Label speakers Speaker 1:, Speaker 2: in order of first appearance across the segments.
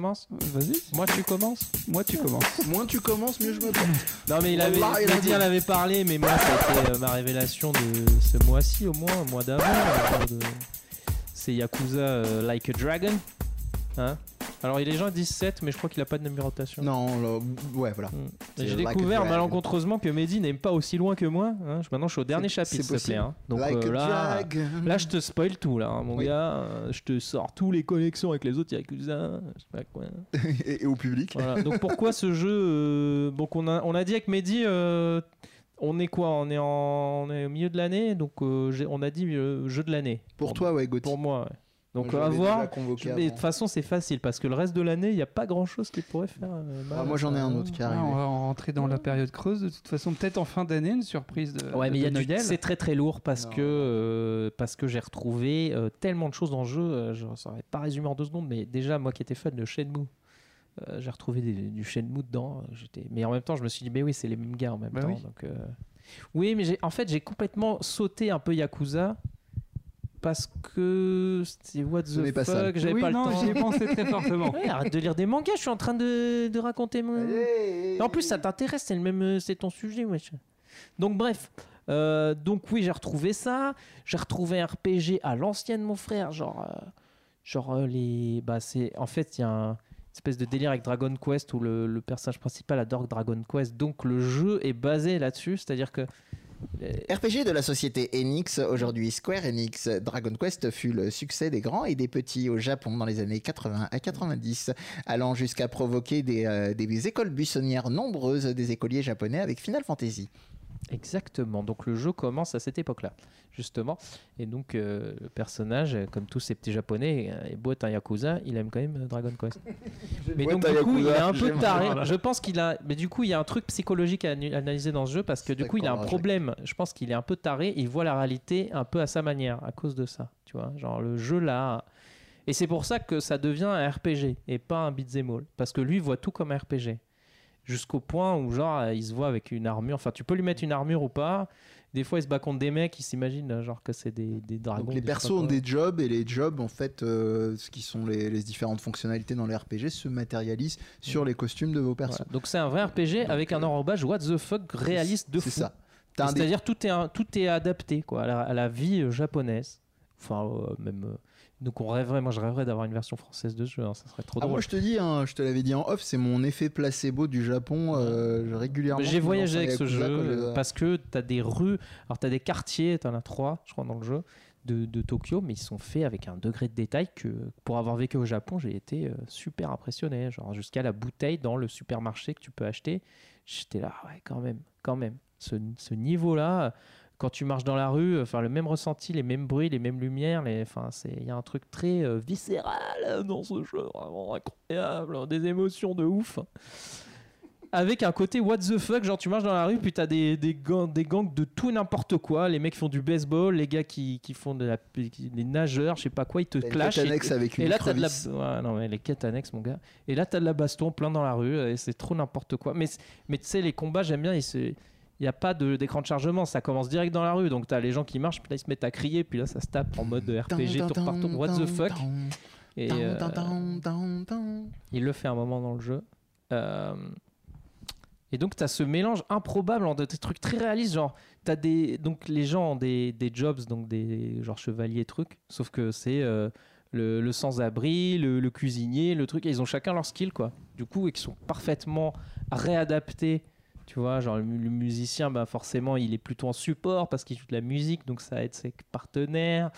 Speaker 1: commences
Speaker 2: Vas-y.
Speaker 1: Moi, tu commences
Speaker 2: Moi, tu commences.
Speaker 3: Moins tu commences, mieux je me
Speaker 1: Non, mais il avait,
Speaker 3: Wallah, Bah, il a
Speaker 1: Mehdi
Speaker 3: dit.
Speaker 1: en avait parlé, mais moi, ça a été euh, ma révélation de ce mois-ci, au moins, mois d'avant. euh, de- C'est Yakuza euh, Like a Dragon. Hein Alors, les gens disent 7, mais je crois qu'il a pas de numérotation.
Speaker 3: Non, le- ouais, voilà.
Speaker 1: Mm.
Speaker 3: C'est
Speaker 1: J'ai
Speaker 3: Like a
Speaker 1: découvert
Speaker 3: Dragon.
Speaker 1: malencontreusement que Mehdi n'aime pas aussi loin que moi. hein. Je- Maintenant, je suis au dernier
Speaker 3: C'est-
Speaker 1: chapitre, s'il
Speaker 3: c'est
Speaker 1: te plaît.
Speaker 3: possible.
Speaker 1: hein. Donc
Speaker 3: like
Speaker 1: euh,
Speaker 3: a
Speaker 1: là,
Speaker 3: dragon.
Speaker 1: là, je te spoil tout, là, hein, mon
Speaker 3: Oui.
Speaker 1: gars. Euh, je te sors tous les connexions avec les autres Yakuza. Je sais pas quoi.
Speaker 3: et, et au public.
Speaker 1: Voilà. Donc pourquoi ce jeu euh, Donc on a, on a dit avec Mehdi, euh, on est quoi on est, en, on est au milieu de l'année, donc euh, j'ai- on a dit euh, jeu de l'année.
Speaker 3: Pour toi, ouais, Gauthier.
Speaker 1: Pour moi, ouais. Donc
Speaker 3: Je
Speaker 1: à
Speaker 3: l'avais
Speaker 1: voir.
Speaker 3: déjà convoqué
Speaker 1: Je- mais de toute
Speaker 3: avant.
Speaker 1: façon, c'est facile parce que le reste de l'année, il n'y a pas grand chose qui pourrait faire euh, mal
Speaker 3: Ah, moi,
Speaker 1: à
Speaker 3: j'en ai
Speaker 1: ça.
Speaker 3: un autre qui arrive.
Speaker 2: on va en rentrer dans la période creuse. De toute façon, peut-être en fin d'année, une surprise de,
Speaker 1: Ouais,
Speaker 2: de-
Speaker 1: mais il y a
Speaker 2: de
Speaker 1: du-
Speaker 2: Noël.
Speaker 1: c'est très très lourd parce
Speaker 3: Non.
Speaker 1: que, euh, parce que j'ai retrouvé euh, tellement de choses dans le jeu. euh, je ne saurais pas résumer en deux secondes, mais déjà, moi qui étais fan de Shenmue, euh, j'ai retrouvé des- du Shenmue dedans. euh, j'étais- Mais en même temps, je me suis dit, mais oui, c'est les mêmes gars en même
Speaker 2: Bah
Speaker 1: temps.
Speaker 2: oui.
Speaker 1: donc, euh, oui, mais j'ai- en fait, j'ai complètement sauté un peu Yakuza parce que c'était what
Speaker 3: Ce
Speaker 1: the
Speaker 3: n'est pas ça.
Speaker 1: fuck, j'avais
Speaker 2: oui,
Speaker 1: pas
Speaker 2: non,
Speaker 1: le temps.
Speaker 2: j'y ai pensé très fortement.
Speaker 1: Ouais, arrête de lire des mangas, je suis en train de, de raconter mon.
Speaker 3: Allez.
Speaker 1: En plus, ça t'intéresse, c'est le même, euh, c'est ton sujet, wesh. Donc bref, Euh, donc oui, j'ai retrouvé ça. J'ai retrouvé un RPG à l'ancienne, mon frère, genre, euh, genre euh, les, bah c'est, en fait, il y a un une espèce de délire avec Dragon Quest où le, le personnage principal adore Dragon Quest, donc le jeu est basé là-dessus, c'est-à-dire que euh,
Speaker 3: RPG de la société Enix, aujourd'hui Square Enix, Dragon Quest fut le succès des grands et des petits au Japon dans les années 80 à 90, allant jusqu'à provoquer des, euh, des écoles buissonnières nombreuses des écoliers japonais avec Final Fantasy.
Speaker 1: Exactement. Donc le jeu commence à cette époque-là, justement. Et donc euh, le personnage, euh, comme tous ces petits japonais, euh, et beau être un yakuza, il aime quand même euh, Dragon Quest. mais
Speaker 3: beau
Speaker 1: donc
Speaker 3: être
Speaker 1: du
Speaker 3: un
Speaker 1: coup, il
Speaker 3: yakuza,
Speaker 1: est un peu
Speaker 3: j'aime.
Speaker 1: taré. Je pense qu'il a. Mais du coup, il y a un truc psychologique à anu- analyser dans ce jeu parce que du coup, il a un
Speaker 3: D'accord,
Speaker 1: problème. Je pense qu'il est un peu taré. Il voit la réalité un peu à sa manière à cause de ça. Tu vois, genre le jeu là. Et c'est pour ça que ça devient un RPG et pas un beat'em all parce que lui voit tout comme un RPG jusqu'au point où genre euh, il se voit avec une armure. Enfin, tu peux lui mettre une armure ou pas. Des fois, il se bat contre des mecs, il s'imagine euh, genre que c'est des, des dragons.
Speaker 3: Donc les
Speaker 1: des
Speaker 3: persos
Speaker 1: trucs
Speaker 3: ont
Speaker 1: comme ça.
Speaker 3: des jobs et les jobs, en fait, euh, ce qui sont les, les différentes fonctionnalités dans les RPG se matérialisent sur les costumes de vos persos. euh,
Speaker 1: Voilà. Donc c'est un vrai RPG avec un enrobage what the fuck réaliste de fou.
Speaker 3: C'est ça. T'as un des-
Speaker 1: C'est-à-dire tout est un- tout est adapté quoi à la, à la vie euh, japonaise. Enfin euh, même euh, donc on rêverait. Moi, je rêverais d'avoir une version française de ce jeu. hein, ça serait trop
Speaker 3: Ah, moi
Speaker 1: drôle.
Speaker 3: je te dis, hein, je te l'avais dit en off, c'est mon effet placebo du Japon euh, régulièrement.
Speaker 1: Mais J'ai
Speaker 3: je me
Speaker 1: voyagé
Speaker 3: lance
Speaker 1: avec
Speaker 3: un
Speaker 1: ce
Speaker 3: Yakuza
Speaker 1: jeu
Speaker 3: quand je-
Speaker 1: euh, parce que t'as des rues, alors t'as des quartiers, t'en as trois, je crois, dans le jeu de, de Tokyo, mais ils sont faits avec un degré de détail que pour avoir vécu au Japon, j'ai été euh, super impressionné. Genre jusqu'à la bouteille dans le supermarché que tu peux acheter, j'étais là, ouais, quand même, quand même. Ce, ce niveau-là, euh, quand tu marches dans la rue, euh, faire le même ressenti, les mêmes bruits, les mêmes lumières, les, enfin, c'est, il y a un truc très euh, viscéral euh, dans ce jeu, vraiment incroyable, hein, des émotions de ouf avec un côté what the fuck, genre tu marches dans la rue, puis t'as des, des, gangs, des gangs de tout et n'importe quoi. Les mecs font du baseball, les gars qui, qui font de la, qui- les nageurs, je sais pas quoi, ils te
Speaker 3: T'as une
Speaker 1: clashent.
Speaker 3: tête
Speaker 1: et-
Speaker 3: annexe avec une
Speaker 1: et là, t'as de la...
Speaker 3: crevice.
Speaker 1: ouais, non, mais les quêtes annexes, mon gars. Et là, t'as de la baston plein dans la rue. euh, Et c'est trop n'importe quoi. Mais, c'est- mais tu sais, les combats, j'aime bien. ils se- Il n'y a pas de- d'écran de, chargement. Ça commence direct dans la rue. Donc, t'as les gens qui marchent. Puis là, ils se mettent à crier. Puis là, ça se tape en mode RPG, tour par tour. What the fuck. Et, euh, il le fait un moment dans le jeu. Euh, Et donc, tu as ce mélange improbable entre des trucs très réalistes. Genre, t'as des... donc, les gens ont des, des jobs, donc des genre chevaliers, trucs. Sauf que c'est euh, le, le sans-abri, le, le cuisinier, le truc. Et ils ont chacun leur skill, quoi. Du coup, et qui sont parfaitement réadaptés. Tu vois, genre le, mu- le musicien, bah forcément, il est plutôt en support parce qu'il joue de la musique, donc ça aide ses partenaires.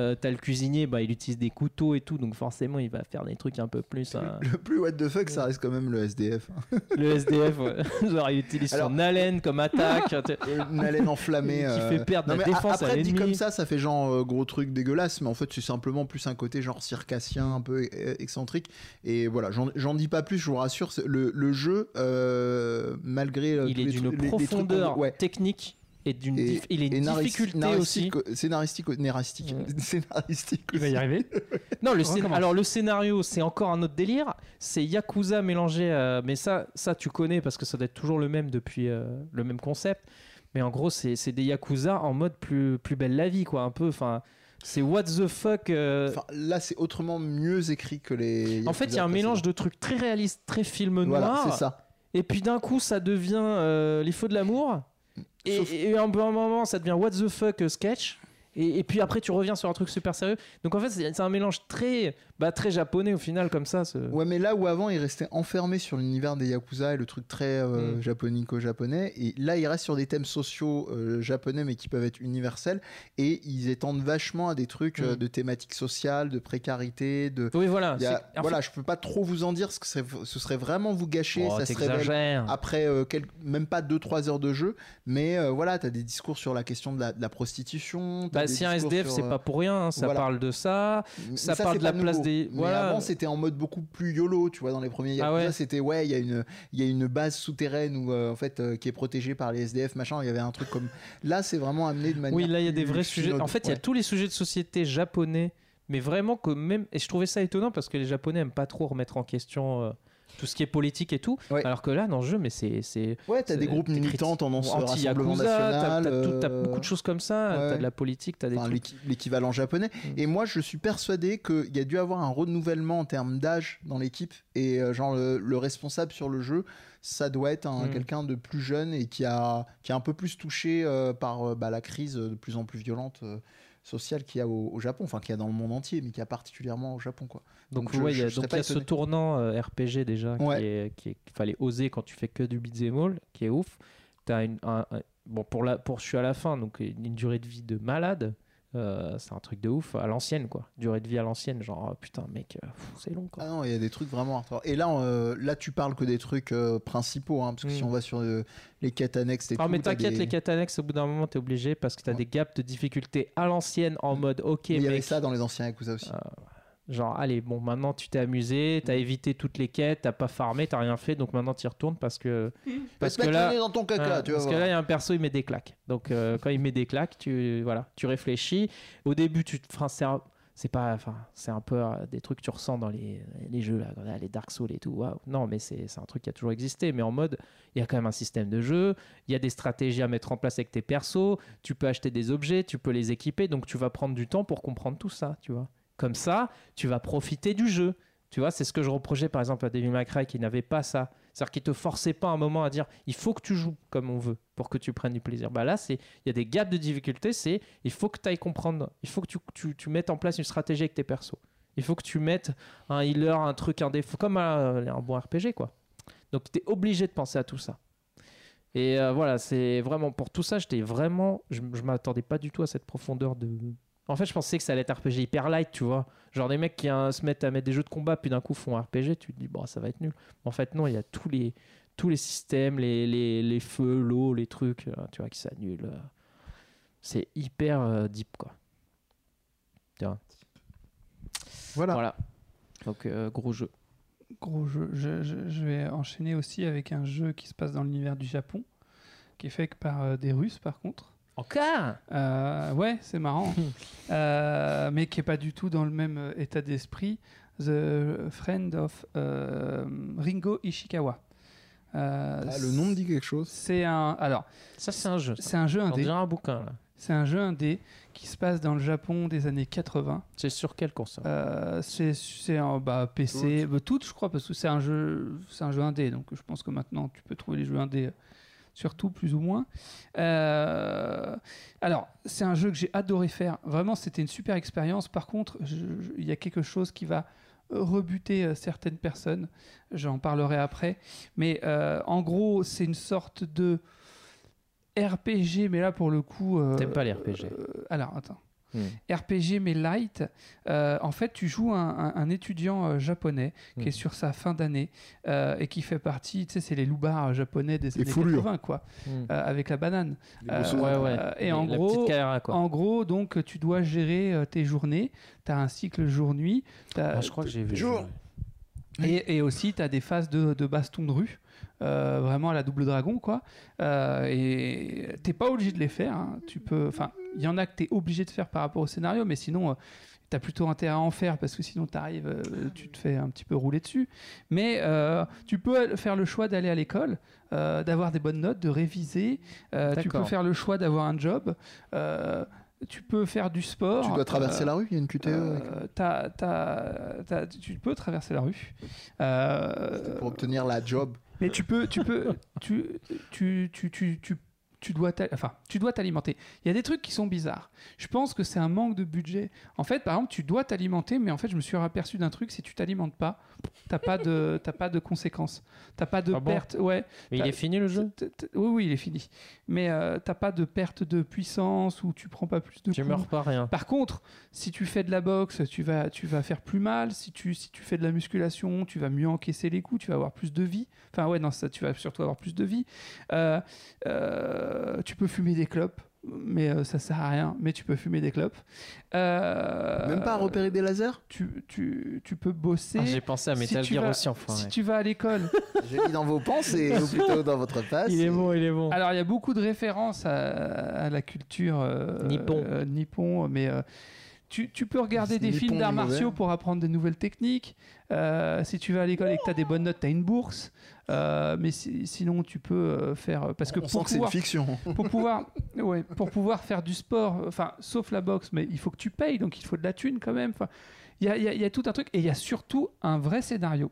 Speaker 1: Euh, T'as le cuisinier, bah, il utilise des couteaux et tout, donc forcément, il va faire des trucs un peu plus. hein
Speaker 3: Le plus what the fuck, ça reste quand même le SDF.
Speaker 1: le SDF, ouais. genre il utilise son
Speaker 3: Alors- Euh,
Speaker 1: haleine comme attaque.
Speaker 3: Et une haleine enflammée.
Speaker 1: Qui
Speaker 3: euh,
Speaker 1: fait perdre
Speaker 3: non,
Speaker 1: la
Speaker 3: mais a-
Speaker 1: défense à
Speaker 3: Après, dit
Speaker 1: l'ennemi.
Speaker 3: comme ça, ça fait genre euh, gros truc dégueulasse, mais en fait, c'est simplement plus un côté genre circassien, un peu euh, excentrique. Et voilà, j'en- j'en dis pas plus, je vous rassure. c'est- Le, le jeu, euh, malgré. euh,
Speaker 1: il
Speaker 3: tous
Speaker 1: est
Speaker 3: les
Speaker 1: d'une
Speaker 3: trucs- les- les trucs qu'on-
Speaker 1: profondeur
Speaker 3: ouais.
Speaker 1: technique et d'une
Speaker 3: Et-
Speaker 1: dif- il est
Speaker 3: et
Speaker 1: une
Speaker 3: narris-
Speaker 1: difficulté aussi.
Speaker 3: narristique- Scénaristique, scénaristique,
Speaker 1: Ouais.
Speaker 3: scénaristique
Speaker 2: Il va y arriver.
Speaker 1: Non, le
Speaker 2: On
Speaker 1: scén-
Speaker 2: recommence.
Speaker 1: alors le scénario, c'est encore un autre délire. C'est Yakuza mélangé, à- mais ça, ça tu connais parce que ça doit être toujours le même depuis euh, le même concept. Mais en gros, c'est c'est des Yakuza en mode plus, plus belle la vie, quoi, un peu. Enfin, C'est what the fuck. euh,
Speaker 3: Enfin, là, c'est autrement mieux écrit que les.
Speaker 1: en fait, il y a un mélange de trucs très réalistes, très film
Speaker 3: Voilà,
Speaker 1: noir.
Speaker 3: c'est ça.
Speaker 1: Et puis d'un coup, ça devient euh, les feux de l'amour. Et,
Speaker 3: Sauf-
Speaker 1: et à un bon moment, ça devient what the fuck euh, sketch. Et, et puis après, tu reviens sur un truc super sérieux. Donc en fait, c'est c'est un mélange très, bah, très japonais au final, comme ça. ce-
Speaker 3: Ouais, mais là où avant, il restait enfermé sur l'univers des Yakuza et le truc très euh,
Speaker 1: Mm.
Speaker 3: japonico-japonais, et là, il reste sur des thèmes sociaux euh, japonais, mais qui peuvent être universels, et ils étendent vachement à des trucs euh,
Speaker 1: Mm.
Speaker 3: de thématiques sociales, de précarité, de.
Speaker 1: Oui, voilà.
Speaker 3: Il y a-
Speaker 1: c'est- en
Speaker 3: voilà, je peux pas trop vous en dire, parce que c'est- ce serait vraiment vous
Speaker 1: fait-
Speaker 3: gâcher,
Speaker 1: Oh,
Speaker 3: ça se révèle
Speaker 1: t'exagères.
Speaker 3: après euh, quel- même pas 2-3 heures de jeu, mais euh, voilà, t'as des discours sur la question de la, de la prostitution. t'as
Speaker 1: Bah,
Speaker 3: des
Speaker 1: si un
Speaker 3: discours
Speaker 1: SDF,
Speaker 3: sur,
Speaker 1: c'est
Speaker 3: euh,
Speaker 1: pas pour rien. hein, Ça
Speaker 3: voilà.
Speaker 1: parle de ça.
Speaker 3: mais
Speaker 1: ça parle
Speaker 3: c'est
Speaker 1: de la
Speaker 3: pas
Speaker 1: place des-
Speaker 3: Mais
Speaker 1: voilà.
Speaker 3: avant, c'était en mode beaucoup plus yolo, tu vois, dans les premiers Yakuza,
Speaker 1: Ah ouais.
Speaker 3: c'était ouais, il y a une il y a une base souterraine où euh, en fait euh, qui est protégée par les SDF machin, il y avait un truc comme là, c'est vraiment amené de manière
Speaker 1: Oui, là, il y a des
Speaker 3: plus
Speaker 1: vrais sujets. En
Speaker 3: finaude,
Speaker 1: fait, il y a
Speaker 3: ouais.
Speaker 1: tous les sujets de société japonais, mais vraiment que même. Et je trouvais ça étonnant parce que les Japonais aiment pas trop remettre en question euh, tout ce qui est politique et tout.
Speaker 3: Ouais.
Speaker 1: Alors que là, dans le jeu, mais c'est. c'est
Speaker 3: Ouais, t'as des
Speaker 1: c'est-
Speaker 3: groupes
Speaker 1: t'es
Speaker 3: militants
Speaker 1: critique-
Speaker 3: tendance au Rassemblement
Speaker 1: Anti-Yakuza, t'as,
Speaker 3: national,
Speaker 1: t'as tout- t'as
Speaker 3: euh,
Speaker 1: beaucoup de choses comme ça.
Speaker 3: ouais.
Speaker 1: T'as de la politique, t'as des
Speaker 3: Enfin,
Speaker 1: trucs.
Speaker 3: l'équi- l'équivalent japonais.
Speaker 1: Mm.
Speaker 3: Et moi, je suis persuadé qu'il y a dû avoir un renouvellement en termes d'âge dans l'équipe. Et euh, genre, le, le responsable sur le jeu, ça doit être un-
Speaker 1: Mm.
Speaker 3: quelqu'un de plus jeune et qui a, qui a un peu plus touché euh, par euh, bah, la crise de plus en plus violente. euh, sociale qu'il y a au, au Japon, enfin qu'il y a dans le monde entier, mais qu'il y a particulièrement au Japon quoi.
Speaker 1: Donc,
Speaker 3: je-
Speaker 1: ouais, il y a,
Speaker 3: je serais
Speaker 1: donc,
Speaker 3: pas
Speaker 1: il y a ce
Speaker 3: étonné.
Speaker 1: tournant euh, RPG déjà
Speaker 3: Ouais.
Speaker 1: qui est- qui est- qu'il fallait oser quand tu fais que du beat'em all, qui est ouf. T'as une, un- un- bon, pour, la, pour je suis à la fin, donc une une durée de vie de malade. Euh, c'est un truc de ouf à l'ancienne quoi durée de vie à l'ancienne genre euh, putain mec euh, pff, c'est long quoi
Speaker 3: Ah non, il y a des trucs vraiment hardcore. Et là, euh, là tu parles que des trucs euh, principaux, hein, parce que
Speaker 1: Mm.
Speaker 3: si on va sur euh, les quêtes annexes et
Speaker 1: Ah,
Speaker 3: tout,
Speaker 1: mais
Speaker 3: t'as
Speaker 1: t'inquiète,
Speaker 3: des-
Speaker 1: les quêtes annexes, au bout d'un moment, t'es obligé parce que t'as
Speaker 3: Ouais.
Speaker 1: des gaps de difficulté à l'ancienne en
Speaker 3: Mm.
Speaker 1: mode ok,
Speaker 3: Mais il y avait
Speaker 1: mec. Ah,
Speaker 3: ça dans les anciens Yakuza aussi.
Speaker 1: Genre, allez, bon, maintenant tu t'es amusé, t'as évité toutes les quêtes, t'as pas farmé, t'as rien fait, donc maintenant t'y retournes parce que. Parce que là.
Speaker 3: dans ton caca,
Speaker 1: hein,
Speaker 3: tu vois.
Speaker 1: parce que là, il y a un perso, il met des claques. Donc, euh, quand il met des claques, tu, voilà, tu réfléchis. Au début, tu te. enfin, c'est un- C'est pas, enfin, c'est un peu euh, des trucs que tu ressens dans les, les jeux là, Regarde, les Dark Souls et tout. waouh. Non, mais c'est c'est un truc qui a toujours existé. Mais en mode, il y a quand même un système de jeu. Il y a des stratégies à mettre en place avec tes persos. Tu peux acheter des objets, tu peux les équiper. Donc, tu vas prendre du temps pour comprendre tout ça, tu vois. Comme ça, tu vas profiter du jeu. Tu vois, c'est ce que je reprochais par exemple à Devil May Cry qui n'avait pas ça. C'est-à-dire qu'il te forçait pas un moment à dire il faut que tu joues comme on veut pour que tu prennes du plaisir. Bah là, c'est il y a des gaps de difficulté, c'est il faut que tu ailles comprendre, il faut que tu, tu, tu mettes en place une stratégie avec tes persos. Il faut que tu mettes un healer, un truc, un défaut, comme un, un bon RPG quoi. Donc tu es obligé de penser à tout ça. Et euh, voilà, c'est vraiment pour tout ça, j'étais vraiment, je, je m'attendais pas du tout à cette profondeur de. En fait, je pensais que ça allait être RPG hyper light, tu vois. Genre des mecs qui hein, se mettent à mettre des jeux de combat, puis d'un coup font un RPG, tu te dis, bon, ça va être nul. En fait, non, il y a tous les, tous les systèmes, les, les, les feux, l'eau, les trucs, euh, tu vois, qui s'annulent. euh. C'est hyper euh, deep, quoi.
Speaker 3: Voilà.
Speaker 1: Voilà. Donc, euh, gros jeu.
Speaker 2: Gros jeu. Je, je- je vais enchaîner aussi avec un jeu qui se passe dans l'univers du Japon, qui est fait que par euh, des Russes par contre.
Speaker 1: Encore
Speaker 2: Euh, ouais, c'est marrant. Euh, mais qui est pas du tout dans le même euh, état d'esprit. The Friend of euh, Ringo Ishikawa. Euh,
Speaker 3: Ah, le nom me dit quelque chose.
Speaker 2: C'est un. Alors,
Speaker 1: Ça, c'est un jeu. ça.
Speaker 2: c'est un jeu
Speaker 1: On
Speaker 2: indé.
Speaker 1: dirait un bouquin, là.
Speaker 2: C'est un jeu indé qui se passe dans le Japon des années 80.
Speaker 1: C'est sur quelle console
Speaker 2: Euh, c'est c'est un bah, PC, bah, toutes je crois, parce que c'est un jeu, c'est un jeu indé, donc je pense que maintenant tu peux trouver les jeux indés surtout plus ou moins. Euh, alors c'est un jeu que j'ai adoré faire. Vraiment, c'était une super expérience. Par contre, je- je- il y a quelque chose qui va rebuter euh, certaines personnes. J'en parlerai après. Mais euh, en gros, c'est une sorte de RPG, mais là pour le coup. euh,
Speaker 1: T'aimes pas les RPG.
Speaker 2: euh, alors attends.
Speaker 1: Hmm.
Speaker 2: RPG mais light. Euh, en fait, tu joues un, un- un étudiant euh, japonais qui
Speaker 3: Mhm.
Speaker 1: Hmm.
Speaker 2: est sur sa fin d'année euh, et qui fait partie, tu sais, c'est les loubards japonais des
Speaker 3: Les
Speaker 2: années
Speaker 3: fourrures.
Speaker 2: 80, quoi,
Speaker 1: Hmm.
Speaker 2: euh, avec la banane. Euh,
Speaker 1: Ouais, ouais.
Speaker 2: euh, et
Speaker 1: Les-
Speaker 2: en
Speaker 1: la
Speaker 2: gros,
Speaker 1: petite carrière, quoi.
Speaker 2: En gros, donc, tu dois gérer euh, tes journées. Tu as un cycle jour-nuit. t'as-
Speaker 1: Ah, je crois que j'ai vu.
Speaker 3: Jour.
Speaker 2: et, et aussi, tu as des phases de, de baston de rue, euh, vraiment à la double dragon, quoi. Euh, et t'es pas obligé de les faire. hein. Tu peux, enfin, il y en a que tu es obligé de faire par rapport au scénario, mais sinon, tu as plutôt intérêt à en faire parce que sinon, tu arrives, tu te fais un petit peu rouler dessus. Mais euh, tu peux faire le choix d'aller à l'école, euh, d'avoir des bonnes notes, de réviser. Euh, tu peux
Speaker 1: D'accord.
Speaker 2: faire le choix d'avoir un job. euh, tu peux faire du sport.
Speaker 3: Tu dois traverser la rue, il y a une QTE. avec-
Speaker 2: Euh, t'as- t'as- t'as- tu peux traverser la rue. Euh,
Speaker 3: pour obtenir la job.
Speaker 2: mais tu peux, tu peux, tu, tu, tu, tu, tu, tu dois, t'a- enfin, tu dois t'alimenter. Il y a des trucs qui sont bizarres. Je pense que c'est un manque de budget. En fait, par exemple, tu dois t'alimenter, mais en fait, je me suis aperçu d'un truc, si tu t'alimentes pas, t'as pas de, t'as pas de conséquences, t'as pas de
Speaker 1: Ah bon
Speaker 2: perte. Ouais.
Speaker 1: Mais il est fini le jeu
Speaker 2: T- t- Oui, oui, il est fini. Mais euh, t'as pas de perte de puissance ou tu prends pas plus de.
Speaker 1: Tu
Speaker 2: coups.
Speaker 1: meurs pas rien.
Speaker 2: Par contre, si tu fais de la boxe, tu vas, tu vas faire plus mal. Si tu, si tu fais de la musculation, tu vas mieux encaisser les coups, tu vas avoir plus de vie. Enfin, ouais, non, ça, tu vas surtout avoir plus de vie. Euh, euh, tu peux fumer des clopes, mais euh, ça sert à rien. Mais tu peux fumer des clopes. Euh,
Speaker 3: Même pas à repérer des lasers
Speaker 2: Tu, tu, tu peux bosser.
Speaker 1: Ah, J'ai pensé à
Speaker 2: si
Speaker 1: Metal
Speaker 2: tu
Speaker 1: Gear
Speaker 2: vas-
Speaker 1: aussi, enfin.
Speaker 2: si tu vas à l'école.
Speaker 3: Je lis dans vos pensées, ou plutôt dans votre face.
Speaker 1: Il est bon, il est bon.
Speaker 2: Alors, il y a beaucoup de références à, à la culture euh,
Speaker 1: Nippon.
Speaker 2: euh, nippon, mais euh, tu, tu peux regarder
Speaker 3: C'est
Speaker 2: des films
Speaker 3: nippon
Speaker 2: d'arts
Speaker 3: du mauvais.
Speaker 2: martiaux pour apprendre des nouvelles techniques. Euh, si tu vas à l'école et que tu as des bonnes notes, tu as une bourse. Euh, mais si- sinon, tu peux euh, faire. Parce que
Speaker 3: On sent
Speaker 2: pour
Speaker 3: que c'est une
Speaker 2: pouvoir,
Speaker 3: fiction.
Speaker 2: pour, pouvoir, ouais, pour pouvoir faire du sport, enfin, sauf la boxe, mais il faut que tu payes, donc il faut de la thune quand même. Enfin, Il y a, il y a- il y a tout un truc, et il y a surtout un vrai scénario.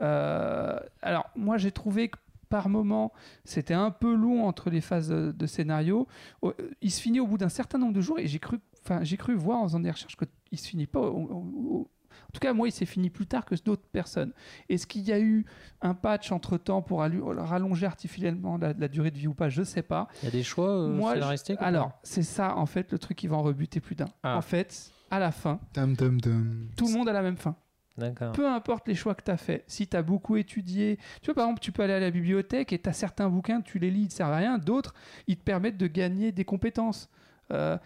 Speaker 2: Euh, alors, moi, j'ai trouvé que par moment, c'était un peu long entre les phases de, de scénario. Au- euh, Il se finit au bout d'un certain nombre de jours, et j'ai cru, enfin, j'ai cru voir en faisant des recherches qu'il se finit pas. au- au- au- en tout cas, moi, il s'est fini plus tard que d'autres personnes. Est-ce qu'il y a eu un patch entre temps pour allu- rallonger artificiellement la, la durée de vie ou pas Je sais pas.
Speaker 1: Il y a des choix euh,
Speaker 2: Moi, je-
Speaker 1: scénaristiques ou pas
Speaker 2: Alors, c'est ça, en fait, le truc qui va en rebuter plus d'un.
Speaker 1: Ah.
Speaker 2: En fait, à la fin,
Speaker 4: Dum dum dum.
Speaker 2: tout le monde a la même fin.
Speaker 1: D'accord.
Speaker 2: Peu importe les choix que tu as fait, si tu as beaucoup étudié, tu vois, par exemple, tu peux aller à la bibliothèque et tu as certains bouquins, tu les lis, ils ne servent à rien. D'autres, ils te permettent de gagner des compétences. Euh,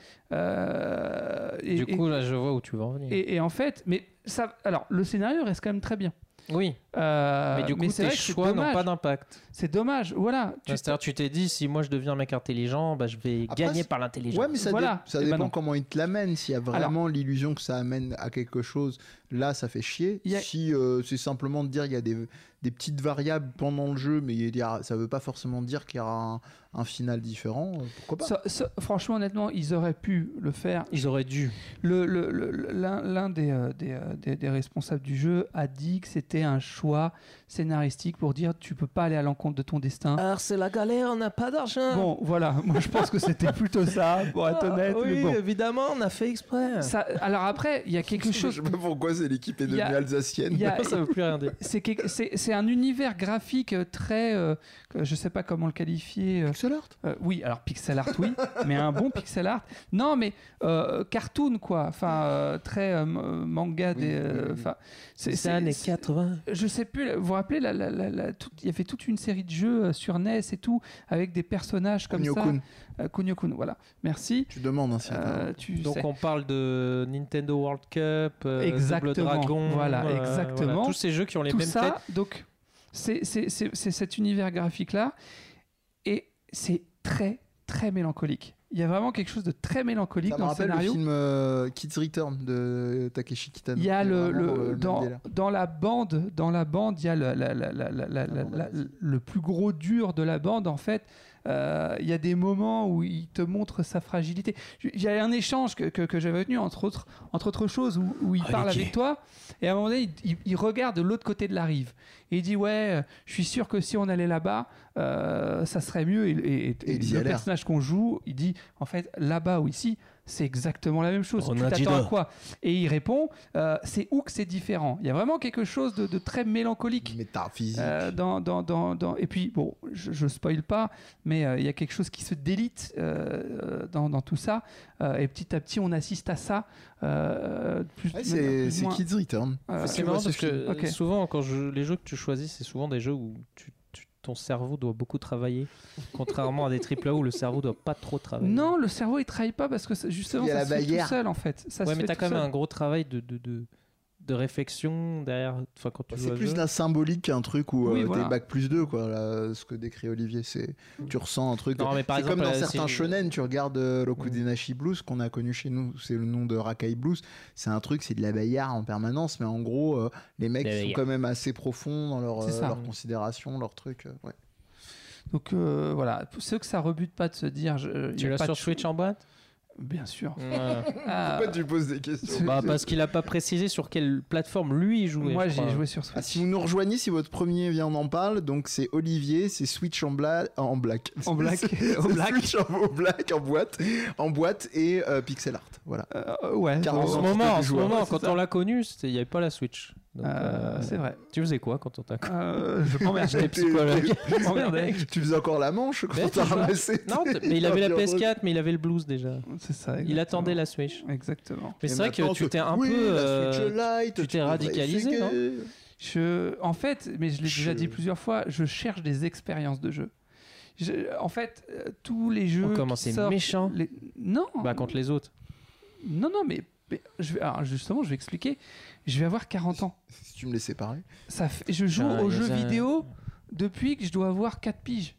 Speaker 2: euh, et,
Speaker 1: Du
Speaker 2: et-
Speaker 1: coup, là, je vois où tu veux en venir.
Speaker 2: et- et en fait, mais ça, alors, le scénario reste quand même très bien.
Speaker 1: Oui,
Speaker 2: Euh,
Speaker 1: mais du coup,
Speaker 2: c'est
Speaker 1: tes
Speaker 2: vrai que c'est
Speaker 1: choix n'ont
Speaker 2: dommage.
Speaker 1: pas d'impact.
Speaker 2: C'est dommage, voilà. Tu-
Speaker 1: C'est-à-dire, tu t'es dit, si moi je deviens un mec intelligent, bah, je vais
Speaker 3: Après,
Speaker 1: gagner
Speaker 3: c'est-
Speaker 1: par l'intelligence.
Speaker 3: Ouais, mais ça, dé-
Speaker 2: Voilà.
Speaker 3: ça
Speaker 2: Eh ben
Speaker 3: dépend
Speaker 2: non.
Speaker 3: comment il te l'amène. S'il y a vraiment l'illusion que ça amène à quelque chose, là, ça fait chier.
Speaker 2: Il y a-
Speaker 3: Si euh, c'est simplement de dire il y a des, des petites variables pendant le jeu, mais il y a- ah, ça veut pas forcément dire qu'il y aura un, un final différent, euh, pourquoi pas
Speaker 2: ça- ça- franchement, honnêtement, ils auraient pu le faire.
Speaker 1: Ils auraient dû.
Speaker 2: Le- le- le- le- L'un l'un des, euh, des, euh, des- des responsables du jeu a dit que c'était un choix scénaristique pour dire tu peux pas aller à l'encontre de ton destin.
Speaker 1: Alors, c'est la galère, on n'a pas d'argent.
Speaker 2: Bon, voilà, moi je pense que c'était plutôt ça, pour être honnête. mais bon.
Speaker 1: évidemment, on a fait exprès.
Speaker 2: Ah, Ça- alors après, il y a quelque chose.
Speaker 3: Je sais pas pourquoi c'est l'équipe est
Speaker 2: Il y
Speaker 3: devenue
Speaker 2: a-
Speaker 3: alsacienne.
Speaker 2: il y a-
Speaker 1: ça veut plus rien dire.
Speaker 2: c'est quelque- C'est c'est un univers graphique euh, très. euh, que je sais pas comment le qualifier. euh,
Speaker 3: Pixel art
Speaker 2: euh, oui, alors pixel art, oui, mais un bon pixel art. Non, mais euh, cartoon, quoi. Enfin, euh, très euh, m- manga.
Speaker 3: Oui,
Speaker 2: des,
Speaker 3: oui,
Speaker 2: euh,
Speaker 3: oui.
Speaker 2: enfin, c'est-
Speaker 1: C'est
Speaker 2: c'est-
Speaker 1: années
Speaker 2: c'est-
Speaker 1: 80.
Speaker 2: Je sais plus, vous vous rappelez, la- la- la- la- tout- il y avait toute une série de jeux euh, sur NES et tout, avec des personnages comme
Speaker 3: Kunio-kun.
Speaker 2: ça. Euh, Kunio-kun, voilà. Merci.
Speaker 3: Tu demandes, hein, si
Speaker 2: Euh, tu
Speaker 1: Donc,
Speaker 2: sais.
Speaker 1: on parle de Nintendo World Cup, euh,
Speaker 2: Exactement,
Speaker 1: Double Dragon.
Speaker 2: voilà,
Speaker 1: euh,
Speaker 2: exactement.
Speaker 1: voilà. Tous ces jeux qui ont les
Speaker 2: tout
Speaker 1: mêmes
Speaker 2: ça,
Speaker 1: têtes.
Speaker 2: donc, c'est c'est- c'est- c'est cet univers graphique-là, et c'est très, très mélancolique. Il y a vraiment quelque chose de très mélancolique
Speaker 3: Ça me
Speaker 2: dans le
Speaker 3: rappelle le
Speaker 2: scénario.
Speaker 3: film euh, Kids Return de Takeshi Kitano.
Speaker 2: Il y a
Speaker 3: C'est
Speaker 2: le,
Speaker 3: vraiment
Speaker 2: le-
Speaker 3: dans même
Speaker 2: dans,
Speaker 3: délire.
Speaker 2: dans la bande, dans la bande, il y a le, la- la- la- la- la- la- la- le plus gros dur de la bande en fait. Euh, il y a des moments où il te montre sa fragilité. J- Il y a un échange que, que- que j'avais tenu entre autres, entre autres choses où, où il
Speaker 1: Reliqué.
Speaker 2: parle avec toi et à un moment donné il, il- il regarde de l'autre côté de la rive et il dit ouais euh, je suis sûr que si on allait là-bas euh, ça serait mieux et, et- et-
Speaker 3: Et il y a
Speaker 2: le
Speaker 3: l'air.
Speaker 2: personnage qu'on joue il dit en fait là-bas ou ici c'est exactement la même chose.
Speaker 1: On
Speaker 2: tu
Speaker 1: a dit
Speaker 2: t'attends à
Speaker 1: là.
Speaker 2: quoi Et il répond euh, c'est où que c'est différent. Il y a vraiment quelque chose de, de très mélancolique.
Speaker 3: Métaphysique.
Speaker 2: euh, dans, dans, dans, dans- Et puis, bon, je, je spoil pas, mais euh, il y a quelque chose qui se délite euh, euh, dans, dans tout ça. Euh, et petit à petit, on assiste à ça. euh, plus-
Speaker 3: Ouais,
Speaker 2: de
Speaker 3: c'est
Speaker 2: manière plus
Speaker 3: c'est
Speaker 2: ou moins,
Speaker 3: Kids Return.
Speaker 2: euh,
Speaker 1: C'est
Speaker 3: tu
Speaker 1: marrant
Speaker 3: vois ce
Speaker 1: parce que euh,
Speaker 2: film. Ok.
Speaker 1: souvent, quand je- les jeux que tu choisis, c'est souvent des jeux où tu- tu- ton cerveau doit beaucoup travailler. Contrairement à des AAA où le cerveau doit pas trop travailler.
Speaker 2: Non, le cerveau il trahit pas parce que ça- justement
Speaker 3: Il y a
Speaker 2: ça
Speaker 3: la
Speaker 2: se fait tout
Speaker 3: bagarre.
Speaker 2: seul en fait. Ça se
Speaker 1: ouais, mais
Speaker 2: fait
Speaker 1: t'as
Speaker 2: tout
Speaker 1: quand même
Speaker 2: seul.
Speaker 1: un gros travail de, de, de, de réflexion derrière. Enfin, quand tu joues
Speaker 3: C'est
Speaker 1: à
Speaker 3: plus
Speaker 1: jeu.
Speaker 3: la symbolique qu'un truc où
Speaker 2: Oui,
Speaker 3: euh,
Speaker 2: voilà.
Speaker 3: t'es bac plus 2, quoi. là, ce que décrit Olivier, c'est tu ressens un truc.
Speaker 1: Non, mais par
Speaker 3: c'est
Speaker 1: exemple,
Speaker 3: comme dans
Speaker 1: euh,
Speaker 3: certains
Speaker 1: c'est-
Speaker 3: shonen, tu regardes euh, Rokudenashi Blues qu'on a connu chez nous, c'est le nom de Rakai Blues. C'est un truc, c'est de la bagarre en permanence, mais en gros, euh, les mecs
Speaker 1: La
Speaker 3: ils sont
Speaker 1: bagarre.
Speaker 3: quand même assez profonds dans leur,
Speaker 2: C'est
Speaker 3: euh,
Speaker 2: ça.
Speaker 3: leur considération, leur truc. euh, ouais.
Speaker 2: Donc euh, voilà, pour ceux que ça rebute pas de se dire, je- il y
Speaker 1: Tu
Speaker 2: a
Speaker 1: l'as
Speaker 2: pas de
Speaker 1: sur
Speaker 2: chou-
Speaker 1: Switch en boîte
Speaker 2: Bien sûr.
Speaker 1: Ouais.
Speaker 2: Ah,
Speaker 4: Pourquoi tu poses des questions
Speaker 1: Bah, parce qu'il a pas précisé sur quelle plateforme lui il jouait.
Speaker 2: moi,
Speaker 1: je
Speaker 2: j'ai
Speaker 1: crois.
Speaker 2: joué sur
Speaker 3: Ah,
Speaker 2: Switch.
Speaker 3: si vous nous rejoignez, si votre premier vient, on en parle. Donc c'est Olivier, c'est Switch en, bla- en black.
Speaker 2: En black.
Speaker 3: C'est-
Speaker 2: En
Speaker 3: c'est
Speaker 2: black.
Speaker 3: Switch en au black, en boîte. En boîte et euh, pixel art. Voilà.
Speaker 2: Euh, ouais.
Speaker 1: En
Speaker 3: Carlos.
Speaker 1: ce
Speaker 3: Dans
Speaker 1: moment,
Speaker 3: quelques
Speaker 1: en ce
Speaker 3: joueurs,
Speaker 1: moment
Speaker 2: ouais, c'est
Speaker 1: quand
Speaker 2: ça.
Speaker 1: on l'a connu, c'était- il n'y avait pas la Switch. Donc,
Speaker 2: Euh,
Speaker 1: euh,
Speaker 2: c'est vrai.
Speaker 1: tu faisais quoi quand on t'a connu
Speaker 2: Euh, je m'emmerde.
Speaker 1: J'étais psychologue.
Speaker 2: Je m'emmerdais.
Speaker 3: Tu faisais encore la manche quand
Speaker 1: Mais
Speaker 3: t'as
Speaker 1: tu vois.
Speaker 3: ramassé.
Speaker 1: Ben, Non, t- mais il avait la PS4, mais il avait le blues déjà.
Speaker 2: C'est ça.
Speaker 1: Il
Speaker 2: exactement.
Speaker 1: attendait la Switch.
Speaker 2: Exactement.
Speaker 1: Mais
Speaker 3: Et
Speaker 1: c'est vrai
Speaker 3: maintenant,
Speaker 1: que tu
Speaker 3: c'est-
Speaker 1: t'es un
Speaker 3: oui,
Speaker 1: peu.
Speaker 3: La Switch
Speaker 1: euh,
Speaker 3: Lite,
Speaker 1: tu t'es
Speaker 3: devrais
Speaker 1: radicalisé,
Speaker 3: essayer.
Speaker 2: Je, en fait, mais je l'ai
Speaker 3: Je-
Speaker 2: déjà dit plusieurs fois, je cherche des expériences de jeu. Je- en fait, euh, tous les jeux.
Speaker 1: on
Speaker 2: qui
Speaker 1: commençait
Speaker 2: sortent-
Speaker 1: méchant.
Speaker 2: les- Non.
Speaker 1: Bah, contre les autres.
Speaker 2: Non, non, mais, mais je vais, alors, justement, je vais expliquer. Je vais avoir 40 ans.
Speaker 3: Si tu me laissais parler.
Speaker 2: Ça fait- je joue
Speaker 1: Ah,
Speaker 2: aux
Speaker 1: il y a
Speaker 2: jeux
Speaker 1: un-
Speaker 2: vidéo depuis que je dois avoir 4 piges.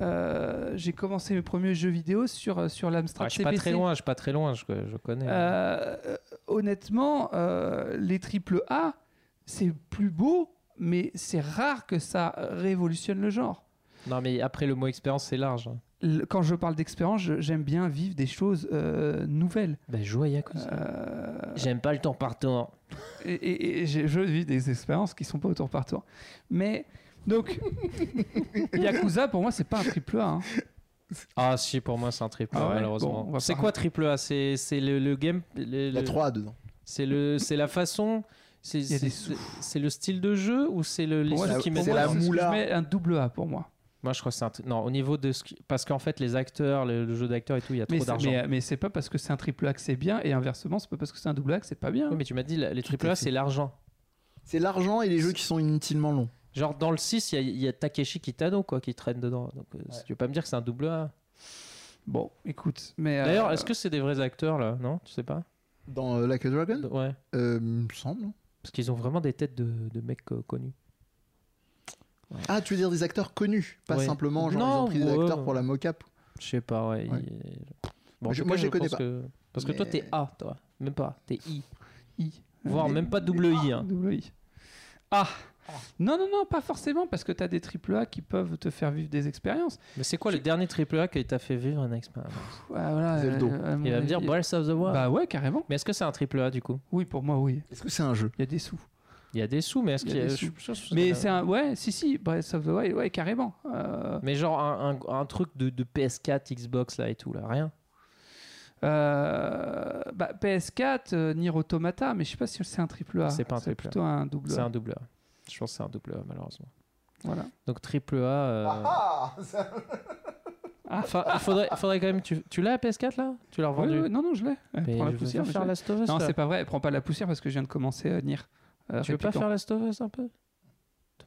Speaker 2: Euh, j'ai commencé mes premiers jeux vidéo sur, euh, sur l'Amstrad
Speaker 1: Ah, je suis pas
Speaker 2: CPC.
Speaker 1: très loin, je suis pas très loin, je, je connais.
Speaker 2: Euh, euh, honnêtement, euh, les triple A, c'est plus beau, mais c'est rare que ça révolutionne le genre.
Speaker 1: Non, mais après le mot expérience, c'est large. hein.
Speaker 2: Le- Quand je parle d'expérience, je- j'aime bien vivre des choses euh, nouvelles.
Speaker 1: Ben, joue à Yakuza.
Speaker 2: Euh,
Speaker 1: J'aime pas le temps partant.
Speaker 2: et et- et j'ai- je vis des expériences qui sont pas au tour par tour. Mais donc, Yakuza, pour moi, c'est pas un triple A. hein.
Speaker 1: Ah, si, pour moi, c'est un triple A,
Speaker 2: Ah ouais
Speaker 1: malheureusement.
Speaker 2: Bon, on va
Speaker 1: c'est
Speaker 2: pas-
Speaker 1: quoi triple A C'est c'est le, le game. le-
Speaker 3: Il y a
Speaker 1: le-
Speaker 3: 3 dedans.
Speaker 1: C'est le, c'est la façon. C'est
Speaker 2: y a des
Speaker 1: c'est-
Speaker 2: sous.
Speaker 1: c'est le style de jeu ou c'est le les
Speaker 2: Pour moi,
Speaker 1: sous
Speaker 3: c'est-
Speaker 1: qui
Speaker 2: pour
Speaker 1: mettent
Speaker 3: c'est
Speaker 2: moi,
Speaker 3: la
Speaker 1: dedans
Speaker 2: ce que
Speaker 3: moula.
Speaker 2: Je mets un double A pour moi.
Speaker 1: Moi, je crois que c'est un. tr- Non, au niveau de ce qui- parce qu'en fait, les acteurs, le, le jeu d'acteurs et tout, il y a
Speaker 2: Mais,
Speaker 1: trop
Speaker 2: c'est-
Speaker 1: d'argent.
Speaker 2: mais, mais c'est pas parce que c'est un triple A que c'est bien, et inversement, c'est pas parce que c'est un double A que c'est pas bien.
Speaker 1: Oui, mais tu m'as dit la- les
Speaker 3: à
Speaker 1: triple A,
Speaker 3: fait.
Speaker 1: c'est l'argent.
Speaker 3: C'est l'argent et les jeux qui sont inutilement longs.
Speaker 1: Genre dans le 6, il y a- il y, a Takeshi Kitano quoi qui traîne dedans. Donc euh, tu veux pas me dire que c'est un double A.
Speaker 2: Bon, écoute, mais euh,
Speaker 1: D'ailleurs, est-ce que c'est des vrais acteurs là Non, tu sais pas
Speaker 3: Dans euh, Like a Dragon
Speaker 1: Ouais.
Speaker 3: Euh, Il me semble.
Speaker 1: Parce qu'ils ont vraiment des têtes de, de mecs euh, connus.
Speaker 3: Ah, tu veux dire des acteurs connus, pas
Speaker 1: Ouais.
Speaker 3: simplement genre ils
Speaker 1: Non,
Speaker 3: ont pris des
Speaker 1: ouais.
Speaker 3: acteurs pour la mocap.
Speaker 1: Je sais pas, ouais.
Speaker 3: Ouais.
Speaker 1: ils- Bon, en
Speaker 3: Je-
Speaker 1: tout
Speaker 3: moi,
Speaker 1: cas,
Speaker 3: je les connais
Speaker 1: pense
Speaker 3: pas.
Speaker 1: que- Parce que
Speaker 3: Mais-
Speaker 1: toi, t'es A, toi. Même pas. T'es I.
Speaker 2: I.
Speaker 1: Voire
Speaker 2: Les-
Speaker 1: même pas double I. hein.
Speaker 2: Double I. Ah Non, non, non, pas forcément, parce que t'as des triple A qui peuvent te faire vivre des expériences.
Speaker 1: Mais c'est quoi le dernier triple A qui t'a fait vivre une expérience
Speaker 2: Pff, ouais, voilà,
Speaker 3: Zelda.
Speaker 2: euh, à mon
Speaker 1: Il va me
Speaker 2: avis-
Speaker 1: dire Breath of the Wild.
Speaker 2: Bah ouais, carrément.
Speaker 1: Mais est-ce que c'est un triple A du coup
Speaker 2: Oui, pour moi, oui.
Speaker 3: Est-ce que c'est un jeu
Speaker 2: Il y a des sous.
Speaker 1: Il y a des sous, mais est-ce
Speaker 2: Il y a
Speaker 1: qu'il y a.
Speaker 2: des
Speaker 1: je
Speaker 2: sous.
Speaker 1: suis sûr que
Speaker 2: Mais c'est un... Ouais, si, si, Breath of the Wild, ouais, carrément. Euh,
Speaker 1: Mais genre un, un- un truc de, de PS4, Xbox là et tout là, rien.
Speaker 2: euh, bah, PS4, euh, Nier Automata, mais je sais pas si c'est un triple A.
Speaker 1: C'est pas un
Speaker 2: C'est
Speaker 1: triple A.
Speaker 2: plutôt un double
Speaker 1: C'est
Speaker 2: A.
Speaker 1: un double A. Je pense que c'est un double A malheureusement.
Speaker 2: Voilà.
Speaker 1: Donc triple A. euh, Ah,
Speaker 3: Ah
Speaker 1: fa- il faudrait, faudrait quand même. Tu, tu l'as la PS4 là Tu l'as
Speaker 2: Ouais,
Speaker 1: revendue
Speaker 2: ouais, non, non, je l'ai. Elle
Speaker 1: Mais
Speaker 2: prend la
Speaker 1: je veux
Speaker 2: poussière,
Speaker 1: pas
Speaker 2: mais
Speaker 1: faire
Speaker 2: je l'ai.
Speaker 1: Last of Us.
Speaker 2: Non,
Speaker 1: là.
Speaker 2: c'est pas vrai, elle prend pas la poussière parce que je viens de commencer à Nier. Euh,
Speaker 1: Tu veux pas
Speaker 2: répliquant.
Speaker 1: faire Last of Us un peu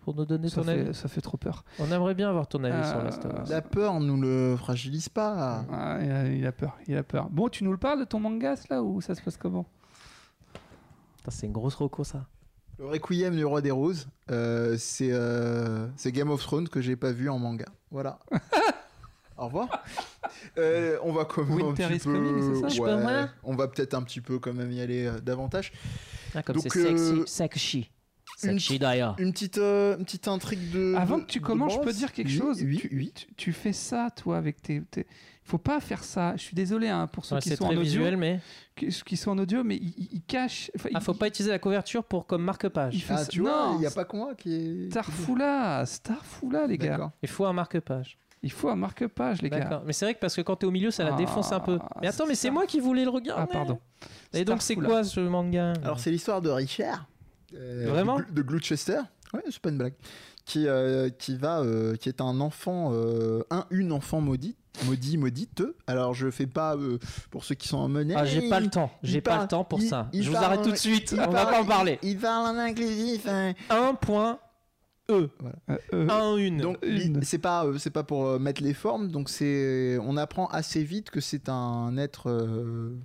Speaker 1: Pour nous donner
Speaker 2: ça
Speaker 1: ton
Speaker 2: fait,
Speaker 1: avis.
Speaker 2: ça fait trop peur.
Speaker 1: On aimerait bien avoir ton avis sur
Speaker 2: Euh,
Speaker 1: Last of Us.
Speaker 3: La peur nous le fragilise pas.
Speaker 2: Ah, il, a, il a peur, il a peur. Bon, tu nous le parles de ton manga, là, ou ça se passe comment
Speaker 1: Putain, C'est une grosse roco ça.
Speaker 3: Le Requiem du Roi des Roses, euh, c'est euh, c'est Game of Thrones que j'ai pas vu en manga. Voilà. Au revoir. Euh, on va quand même
Speaker 2: Winter
Speaker 3: un petit
Speaker 2: is
Speaker 3: peu...
Speaker 2: coming, c'est ça
Speaker 1: Je peux,
Speaker 3: ouais,
Speaker 1: moi
Speaker 3: On va peut-être un petit peu quand même y aller euh, davantage.
Speaker 1: Ah, comme
Speaker 3: Donc,
Speaker 1: c'est
Speaker 3: euh,
Speaker 1: sexy. Sexy.
Speaker 3: une-
Speaker 1: Sexy d'ailleurs.
Speaker 3: Une petite, euh, une petite intrigue de...
Speaker 2: Avant
Speaker 3: de-
Speaker 2: que tu
Speaker 3: de
Speaker 2: commences, je
Speaker 3: base.
Speaker 2: peux dire quelque
Speaker 3: Oui,
Speaker 2: chose.
Speaker 3: Oui,
Speaker 2: tu,
Speaker 3: oui.
Speaker 2: tu- tu fais ça, toi, avec tes. tes- Faut pas faire ça. Je suis désolé hein, pour ceux
Speaker 1: Ouais,
Speaker 2: qui
Speaker 1: C'est
Speaker 2: sont en
Speaker 1: très
Speaker 2: audio,
Speaker 1: visuel, mais.
Speaker 2: qui, qui sont en audio, mais ils, ils- ils cachent. Enfin,
Speaker 1: Ah,
Speaker 2: ils-
Speaker 1: faut pas utiliser la couverture pour comme
Speaker 2: ils
Speaker 1: marque-page.
Speaker 2: font
Speaker 3: Ah,
Speaker 2: ça-
Speaker 3: tu vois,
Speaker 2: non,
Speaker 3: il n'y a pas que moi qui est...
Speaker 2: Starfoula, Starfoula, les gars.
Speaker 3: D'accord.
Speaker 1: Il faut un marque-page.
Speaker 2: Il faut un marque-page, les gars.
Speaker 1: D'accord. Mais c'est vrai que parce que quand t'es au milieu, ça la
Speaker 2: Ah,
Speaker 1: défonce un peu. Mais attends, mais
Speaker 2: c'est
Speaker 1: c'est
Speaker 2: ça.
Speaker 1: moi qui voulais le regarder.
Speaker 2: Ah, pardon.
Speaker 1: Et donc, c'est
Speaker 2: Starfoula.
Speaker 1: quoi ce manga
Speaker 3: Alors, c'est l'histoire de Richard. euh,
Speaker 1: Mhm. Vraiment
Speaker 3: de, Gl- De Gloucester. Ouais, c'est pas une blague. Qui, euh, qui, va, euh, qui est un enfant, euh, un, une enfant maudite, maudit, maudite. Alors, je fais pas euh, pour ceux qui sont en monnaie.
Speaker 1: Ah, j'ai pas le temps.
Speaker 3: il
Speaker 1: J'ai pas
Speaker 3: parle-
Speaker 1: le temps pour
Speaker 3: il-
Speaker 1: ça.
Speaker 3: il
Speaker 1: Je vous
Speaker 3: parle-
Speaker 1: arrête tout de suite.
Speaker 3: il
Speaker 1: On va
Speaker 3: parle-
Speaker 1: pas en parler.
Speaker 3: Il parle en inclusif. hein.
Speaker 1: Un point. E.
Speaker 2: Euh, euh,
Speaker 1: Un, une.
Speaker 3: Donc,
Speaker 2: Une.
Speaker 3: li- c'est pas, euh, c'est pas pour euh, mettre les formes. Donc, c'est, on apprend assez vite que c'est un être, euh,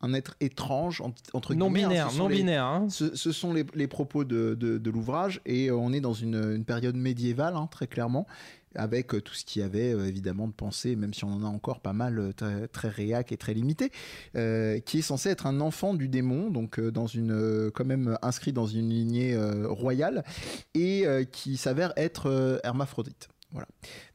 Speaker 3: un être étrange en- entre
Speaker 1: non
Speaker 3: guillemets, hein.
Speaker 1: binaire,
Speaker 3: Ce sont
Speaker 1: non
Speaker 3: les-
Speaker 1: binaire. hein.
Speaker 3: Ce, ce sont les, les propos de, de- de l'ouvrage et euh, on est dans une, une période médiévale, hein, très clairement, avec euh, tout ce qu'il y avait euh, évidemment de pensée, même si on en a encore pas mal, euh, très, très réac et très limité, euh, qui est censé être un enfant du démon, donc euh, dans une, euh, quand même euh, inscrit dans une lignée euh, royale, et euh, qui s'avère être euh, hermaphrodite. Voilà.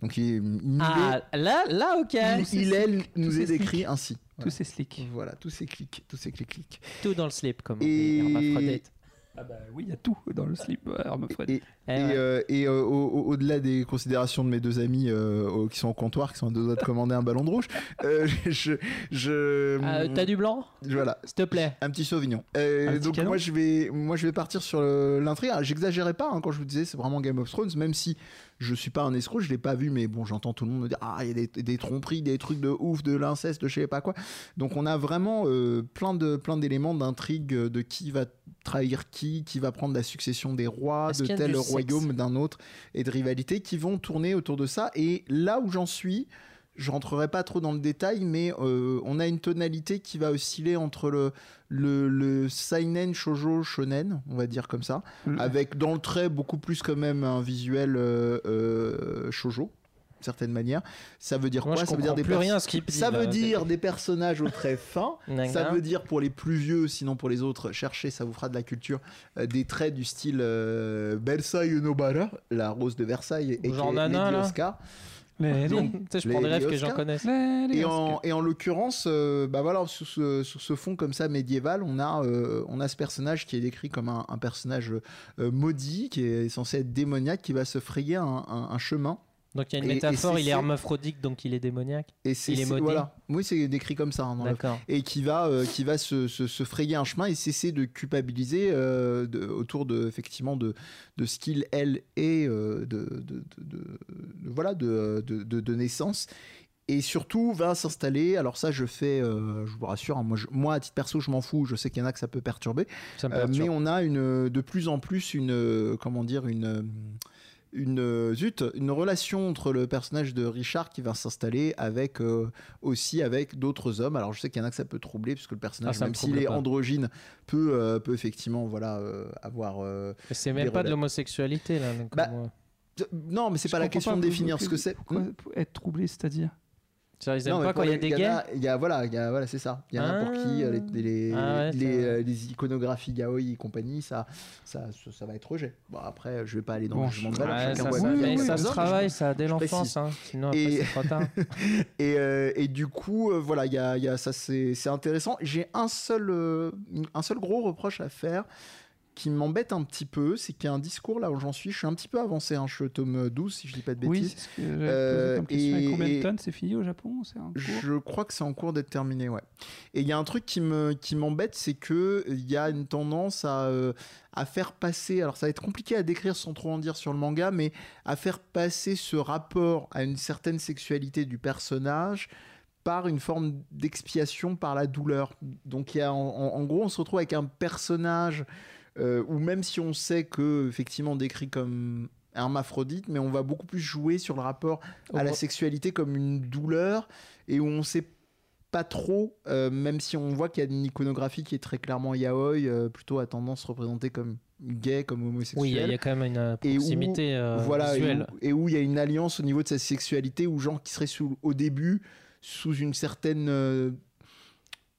Speaker 3: Donc il, il
Speaker 1: Ah, là, là, ok.
Speaker 2: Ah,
Speaker 3: est, il, il est- nous
Speaker 2: c'est
Speaker 3: est décrit ainsi.
Speaker 2: Tous
Speaker 3: Voilà.
Speaker 2: ces slicks.
Speaker 3: Voilà, tous ces clics, tous ces clics, clics.
Speaker 1: Tout dans le slip, comme on
Speaker 3: Et-
Speaker 1: dit, hermaphrodite.
Speaker 2: Ah bah oui, il y a tout dans le slip euh, Hermafred.
Speaker 3: Et-
Speaker 1: Eh
Speaker 3: Et,
Speaker 1: ouais.
Speaker 3: euh, et, euh, au- au- au-delà des considérations de mes deux amis euh, au- qui sont au comptoir, qui sont à deux doigts de commander un ballon de rouge, euh, je. je
Speaker 1: Euh, T'as du blanc
Speaker 3: Voilà.
Speaker 1: S'il te plaît.
Speaker 3: Un petit sauvignon. Euh,
Speaker 1: Un petit
Speaker 3: donc
Speaker 1: canon
Speaker 3: moi je vais moi je vais partir sur le- l'intrigue. Alors, J'exagérais pas hein, quand je vous disais c'est vraiment Game of Thrones, même si je suis pas un escroc, je l'ai pas vu, mais bon j'entends tout le monde me dire ah il y a des, des tromperies, des trucs de ouf, de l'inceste, de je sais pas quoi. Donc on a vraiment euh, plein de plein d'éléments d'intrigue euh, de qui va trahir qui, qui va prendre la succession des rois
Speaker 1: Est-ce
Speaker 3: de
Speaker 1: qu'il y a
Speaker 3: tel
Speaker 1: du sexe
Speaker 3: royaume d'un autre et de rivalités qui vont tourner autour de ça. Et là où j'en suis, je rentrerai pas trop dans le détail, mais euh, on a une tonalité qui va osciller entre le, le, le seinen, shoujo, shonen, on va dire comme ça,
Speaker 2: Mm.
Speaker 3: avec dans le trait beaucoup plus quand même un visuel euh, euh, shoujo, d'une certaine manière. Ça veut dire
Speaker 1: Moi,
Speaker 3: quoi
Speaker 1: je
Speaker 3: Ça veut dire
Speaker 1: comprends
Speaker 3: des
Speaker 1: plus
Speaker 3: pers-
Speaker 1: rien à ce qu'il dit,
Speaker 3: Ça
Speaker 1: là.
Speaker 3: veut dire des personnages au trait fin. Ça
Speaker 1: D'accord.
Speaker 3: veut dire pour les plus vieux, sinon pour les autres, cherchez, ça vous fera de la culture, euh, des traits du style euh, Versailles Nobara, la rose de Versailles et
Speaker 1: Genre Nana, là.
Speaker 3: Oscar.
Speaker 2: Les-
Speaker 1: Tu
Speaker 3: Donc,
Speaker 1: sais, je
Speaker 3: les-
Speaker 1: prends des
Speaker 3: les
Speaker 1: rêves que j'en
Speaker 3: Oscars
Speaker 1: connais.
Speaker 2: les- les-
Speaker 3: Et en, et en l'occurrence, euh, bah voilà, sur ce, sur ce fond comme ça médiéval, on a, euh, on a ce personnage qui est décrit comme un, un personnage euh, maudit, qui est censé être démoniaque, qui va se frayer un, un- un chemin.
Speaker 1: Donc il y a une
Speaker 3: Et- et
Speaker 1: métaphore,
Speaker 3: c'est-
Speaker 1: il est
Speaker 3: c'est-
Speaker 1: hermaphrodite, donc il est démoniaque.
Speaker 3: Et c'est,
Speaker 1: Il est
Speaker 3: c'est-
Speaker 1: maudit.
Speaker 3: Voilà. Oui, c'est décrit comme ça hein, dans la
Speaker 1: D'accord.
Speaker 3: et qui va, euh, qui va se, se- se frayer un chemin et cesser de culpabiliser euh, de- autour de effectivement de, de ce qu'il elle est euh, de, de- de- de- de- voilà de, de- de- de naissance et surtout va s'installer alors ça je fais euh, je vous rassure hein, moi, je- moi à titre perso je m'en fous je sais qu'il y en a que ça peut perturber
Speaker 1: Ça me
Speaker 3: euh,
Speaker 1: perturbe.
Speaker 3: mais on a une, de plus en plus une, euh, comment dire, une, euh, une, euh, zut, une relation entre le personnage de Richard qui va s'installer avec euh, aussi avec d'autres hommes. Alors je sais qu'il y en a que ça peut troubler puisque le personnage,
Speaker 1: Ah, ça me
Speaker 3: même s'il
Speaker 1: trouble
Speaker 3: est
Speaker 1: pas.
Speaker 3: androgyne, peut, euh, peut effectivement voilà euh, avoir. euh,
Speaker 1: Mais C'est même
Speaker 3: les
Speaker 1: pas de
Speaker 3: relais.
Speaker 1: l'homosexualité là. donc,
Speaker 3: Bah,
Speaker 1: moi.
Speaker 3: t- Non, mais c'est
Speaker 2: Je
Speaker 3: pas la
Speaker 2: comprends
Speaker 3: question
Speaker 2: pas,
Speaker 3: de
Speaker 2: vous-
Speaker 3: définir
Speaker 2: vous-
Speaker 3: ce que c'est. Hmm
Speaker 2: Quoi, pour être troublé, c'est-à-dire
Speaker 1: C'est-à-dire, Ils
Speaker 3: Non,
Speaker 1: aiment
Speaker 3: mais
Speaker 1: pas quand
Speaker 3: pour
Speaker 1: il y a
Speaker 3: les-
Speaker 1: des
Speaker 3: en
Speaker 1: gays.
Speaker 3: Il y a voilà, il y a- voilà, c'est ça. Il y en a
Speaker 1: Ah.
Speaker 3: pour qui euh, les, les,
Speaker 1: Ah ouais,
Speaker 3: les,
Speaker 1: ça-
Speaker 3: euh, les iconographies yaoi et compagnie, ça, ça, ça, ça va être rejet. Bon après, je vais pas aller dans
Speaker 2: Bon,
Speaker 3: le jugement de
Speaker 2: ouais,
Speaker 3: valeur.
Speaker 1: Ouais,
Speaker 3: chacun
Speaker 1: ça,
Speaker 3: voit
Speaker 1: ça-
Speaker 3: bien
Speaker 2: oui,
Speaker 1: mais
Speaker 3: comment
Speaker 2: oui,
Speaker 1: ça
Speaker 3: il
Speaker 1: se
Speaker 3: raisonne.
Speaker 1: travaille, ça dès
Speaker 3: précise.
Speaker 1: l'enfance, hein. sinon après
Speaker 3: Et-
Speaker 1: c'est trop tard.
Speaker 3: Et, euh, et du coup, euh, voilà, il y a, il y a- ça c'est c'est intéressant. J'ai un seul, euh, un seul gros reproche à faire qui m'embête un petit peu, c'est qu'il y a un discours là où j'en suis. Je suis un petit peu avancé, hein, je suis au tome 12 si je dis pas de
Speaker 2: Oui,
Speaker 3: bêtises.
Speaker 2: c'est ce que j'avais
Speaker 3: Euh,
Speaker 2: posé comme question. Et
Speaker 3: et-
Speaker 2: combien
Speaker 3: et-
Speaker 2: de tonnes c'est fini au Japon C'est un cours
Speaker 3: Je crois que c'est en cours d'être terminé, ouais. Et il y a un truc qui me qui m'embête, c'est que euh, il y a une tendance à euh, à faire passer. Alors ça va être compliqué à décrire sans trop en dire sur le manga, mais à faire passer ce rapport à une certaine sexualité du personnage par une forme d'expiation par la douleur. Donc il y a en, en- en gros, on se retrouve avec un personnage euh, où même si on sait que effectivement décrit comme hermaphrodite, mais on va beaucoup plus jouer sur le rapport à la sexualité comme une douleur et où on sait pas trop, euh, même si on voit qu'il y a une iconographie qui est très clairement yaoi, euh, plutôt à tendance représentée comme gay, comme homosexuel.
Speaker 1: Oui, il y, a- il y a quand même une euh,
Speaker 3: Et où-
Speaker 1: proximité euh,
Speaker 3: voilà, et où-
Speaker 1: visuelle.
Speaker 3: Et où il y a une alliance au niveau de sa sexualité, où genre qui serait sous, au début sous une certaine... euh,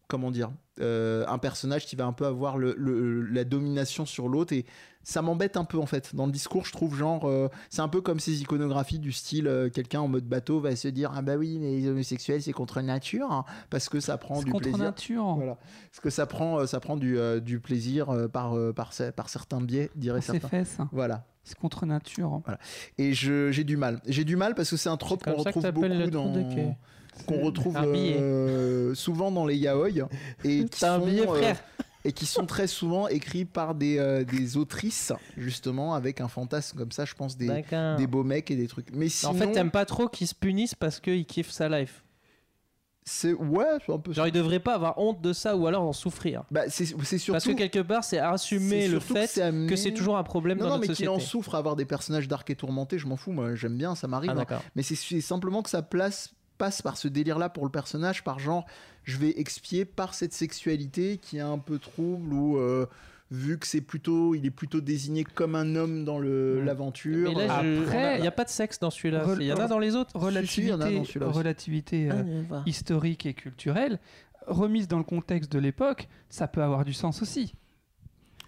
Speaker 3: comment dire euh, Un personnage qui va un peu avoir le, le- la domination sur l'autre. Et ça m'embête un peu en fait. Dans le discours, je trouve genre... euh, c'est un peu comme ces iconographies du style euh, quelqu'un en mode bateau va se dire ⁇ Ah bah oui, mais les homosexuels, c'est contre nature, hein, parce que ça prend
Speaker 2: C'est
Speaker 3: du
Speaker 2: contre
Speaker 3: plaisir.
Speaker 2: nature. hein,
Speaker 3: Voilà. Parce que ça prend, euh, ça prend du, euh, du plaisir euh, par, euh, par, ce- par certains biais, diraient
Speaker 2: C'est
Speaker 3: certains.
Speaker 2: fesses. hein.
Speaker 3: Voilà.
Speaker 2: C'est contre nature. hein.
Speaker 3: Et je- j'ai du mal. J'ai du mal parce que c'est un trope
Speaker 1: C'est comme
Speaker 3: qu'on
Speaker 1: ça que
Speaker 3: retrouve beaucoup
Speaker 1: t'appelles le trou
Speaker 3: dans
Speaker 1: de cul.
Speaker 3: qu'on retrouve
Speaker 1: Un billet.
Speaker 3: euh, souvent dans les yaoi et qui
Speaker 1: C'est un
Speaker 3: sont,
Speaker 1: billet,
Speaker 3: euh,
Speaker 1: frère.
Speaker 3: et qui sont très souvent écrits par des, euh, des autrices justement avec un fantasme comme ça je pense des,
Speaker 1: D'accord.
Speaker 3: des beaux mecs et des trucs mais sinon
Speaker 1: En fait, t'aimes pas trop qu'ils se punissent parce qu'ils kiffent sa life.
Speaker 3: c'est ouais c'est un peu ça.
Speaker 1: Genre, ils devraient pas avoir honte de ça ou alors en souffrir.
Speaker 3: Bah, c'est c'est surtout
Speaker 1: Parce que quelque part, c'est assumer
Speaker 3: c'est
Speaker 1: le
Speaker 3: surtout
Speaker 1: fait
Speaker 3: amené-
Speaker 1: que c'est toujours un problème
Speaker 3: non,
Speaker 1: dans
Speaker 3: non, mais
Speaker 1: notre
Speaker 3: qu'il
Speaker 1: société.
Speaker 3: en souffre à avoir des personnages dark et tourmentés, je m'en fous, moi j'aime bien, ça m'arrive.
Speaker 1: Ah,
Speaker 3: hein.
Speaker 1: d'accord.
Speaker 3: Mais c'est- c'est simplement que sa place passe par ce délire-là pour le personnage, par genre, je vais expier par cette sexualité qui est un peu trouble ou euh, vu que c'est plutôt, il est plutôt désigné comme un homme dans le-
Speaker 1: Mm.
Speaker 3: l'aventure. Ah,
Speaker 1: Mais là, je-
Speaker 2: Après-
Speaker 1: il n'y a pas de sexe dans celui-là.
Speaker 2: Rel-
Speaker 1: Il y en a dans les autres.
Speaker 3: Si, si, il y
Speaker 2: Relativité,
Speaker 3: en a dans celui-là aussi.
Speaker 2: relativité euh,
Speaker 1: Ah,
Speaker 2: historique et culturelle, remise dans le contexte de l'époque, ça peut avoir du sens aussi.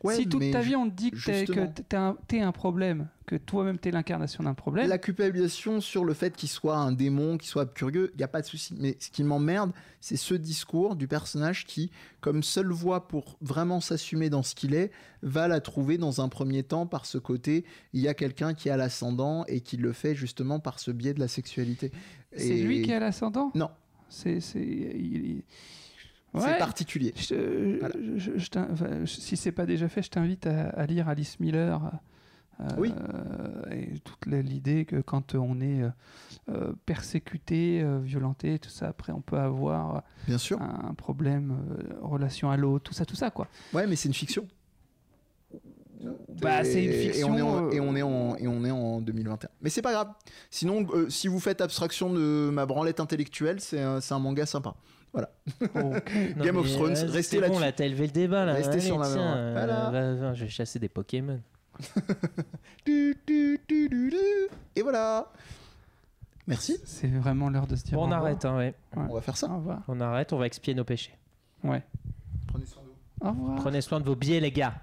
Speaker 3: Ouais,
Speaker 2: si toute
Speaker 3: mais
Speaker 2: ta
Speaker 3: ju-
Speaker 2: vie on te dit que t'es-
Speaker 3: justement.
Speaker 2: que t'es un, t'es un problème, que toi-même t'es l'incarnation d'un problème,
Speaker 3: La culpabilisation sur le fait qu'il soit un démon, qu'il soit curieux, il n'y a pas de souci. Mais ce qui m'emmerde, c'est ce discours du personnage qui, comme seule voie pour vraiment s'assumer dans ce qu'il est, va la trouver dans un premier temps par ce côté. Il y a quelqu'un qui a l'ascendant et qui le fait justement par ce biais de la sexualité.
Speaker 2: c'est
Speaker 3: Et
Speaker 2: lui qui a l'ascendant
Speaker 3: Non.
Speaker 2: C'est. c'est- il- il-
Speaker 3: C'est
Speaker 2: Ouais.
Speaker 3: particulier.
Speaker 2: Je te-
Speaker 3: Voilà.
Speaker 2: je- je- je t'in- enfin, je- si c'est pas déjà fait, je t'invite à, à lire Alice Miller. euh,
Speaker 3: Oui.
Speaker 2: Et toute la- l'idée que quand on est euh, euh, persécuté, euh, violenté, tout ça, après on peut avoir
Speaker 3: Bien sûr.
Speaker 2: un problème, euh, relation à l'autre, tout ça, tout ça quoi.
Speaker 3: Ouais, mais c'est une fiction.
Speaker 2: Bah,
Speaker 3: Et-
Speaker 2: c'est une fiction,
Speaker 3: Et on est en,
Speaker 2: euh.
Speaker 3: et on est en, et on est en 2021. Mais c'est pas grave. Sinon, euh, si vous faites abstraction de ma branlette intellectuelle, c'est un, c'est un manga sympa.
Speaker 2: Ok.
Speaker 1: Non,
Speaker 3: Game
Speaker 1: mais,
Speaker 3: of Thrones,
Speaker 1: euh,
Speaker 3: restez
Speaker 1: c'est bon,
Speaker 3: là-dessus.
Speaker 1: là, t'as élevé le débat, là.
Speaker 3: Restez
Speaker 1: Allez,
Speaker 3: sur la
Speaker 1: tiens,
Speaker 3: même-
Speaker 1: euh,
Speaker 3: Voilà.
Speaker 1: va, va, je vais chasser des Pokémon.
Speaker 3: Du, du, du, du, du. Et voilà. Merci.
Speaker 2: c'est vraiment l'heure de se dire.
Speaker 1: Bon,
Speaker 2: au
Speaker 1: on
Speaker 2: revoir.
Speaker 1: arrête, hein, ouais.
Speaker 3: On va faire ça.
Speaker 2: Au revoir.
Speaker 1: On arrête, on va expier nos péchés.
Speaker 2: Ouais.
Speaker 3: Prenez soin de vous.
Speaker 2: Au revoir.
Speaker 1: Prenez soin de vos biais, les gars.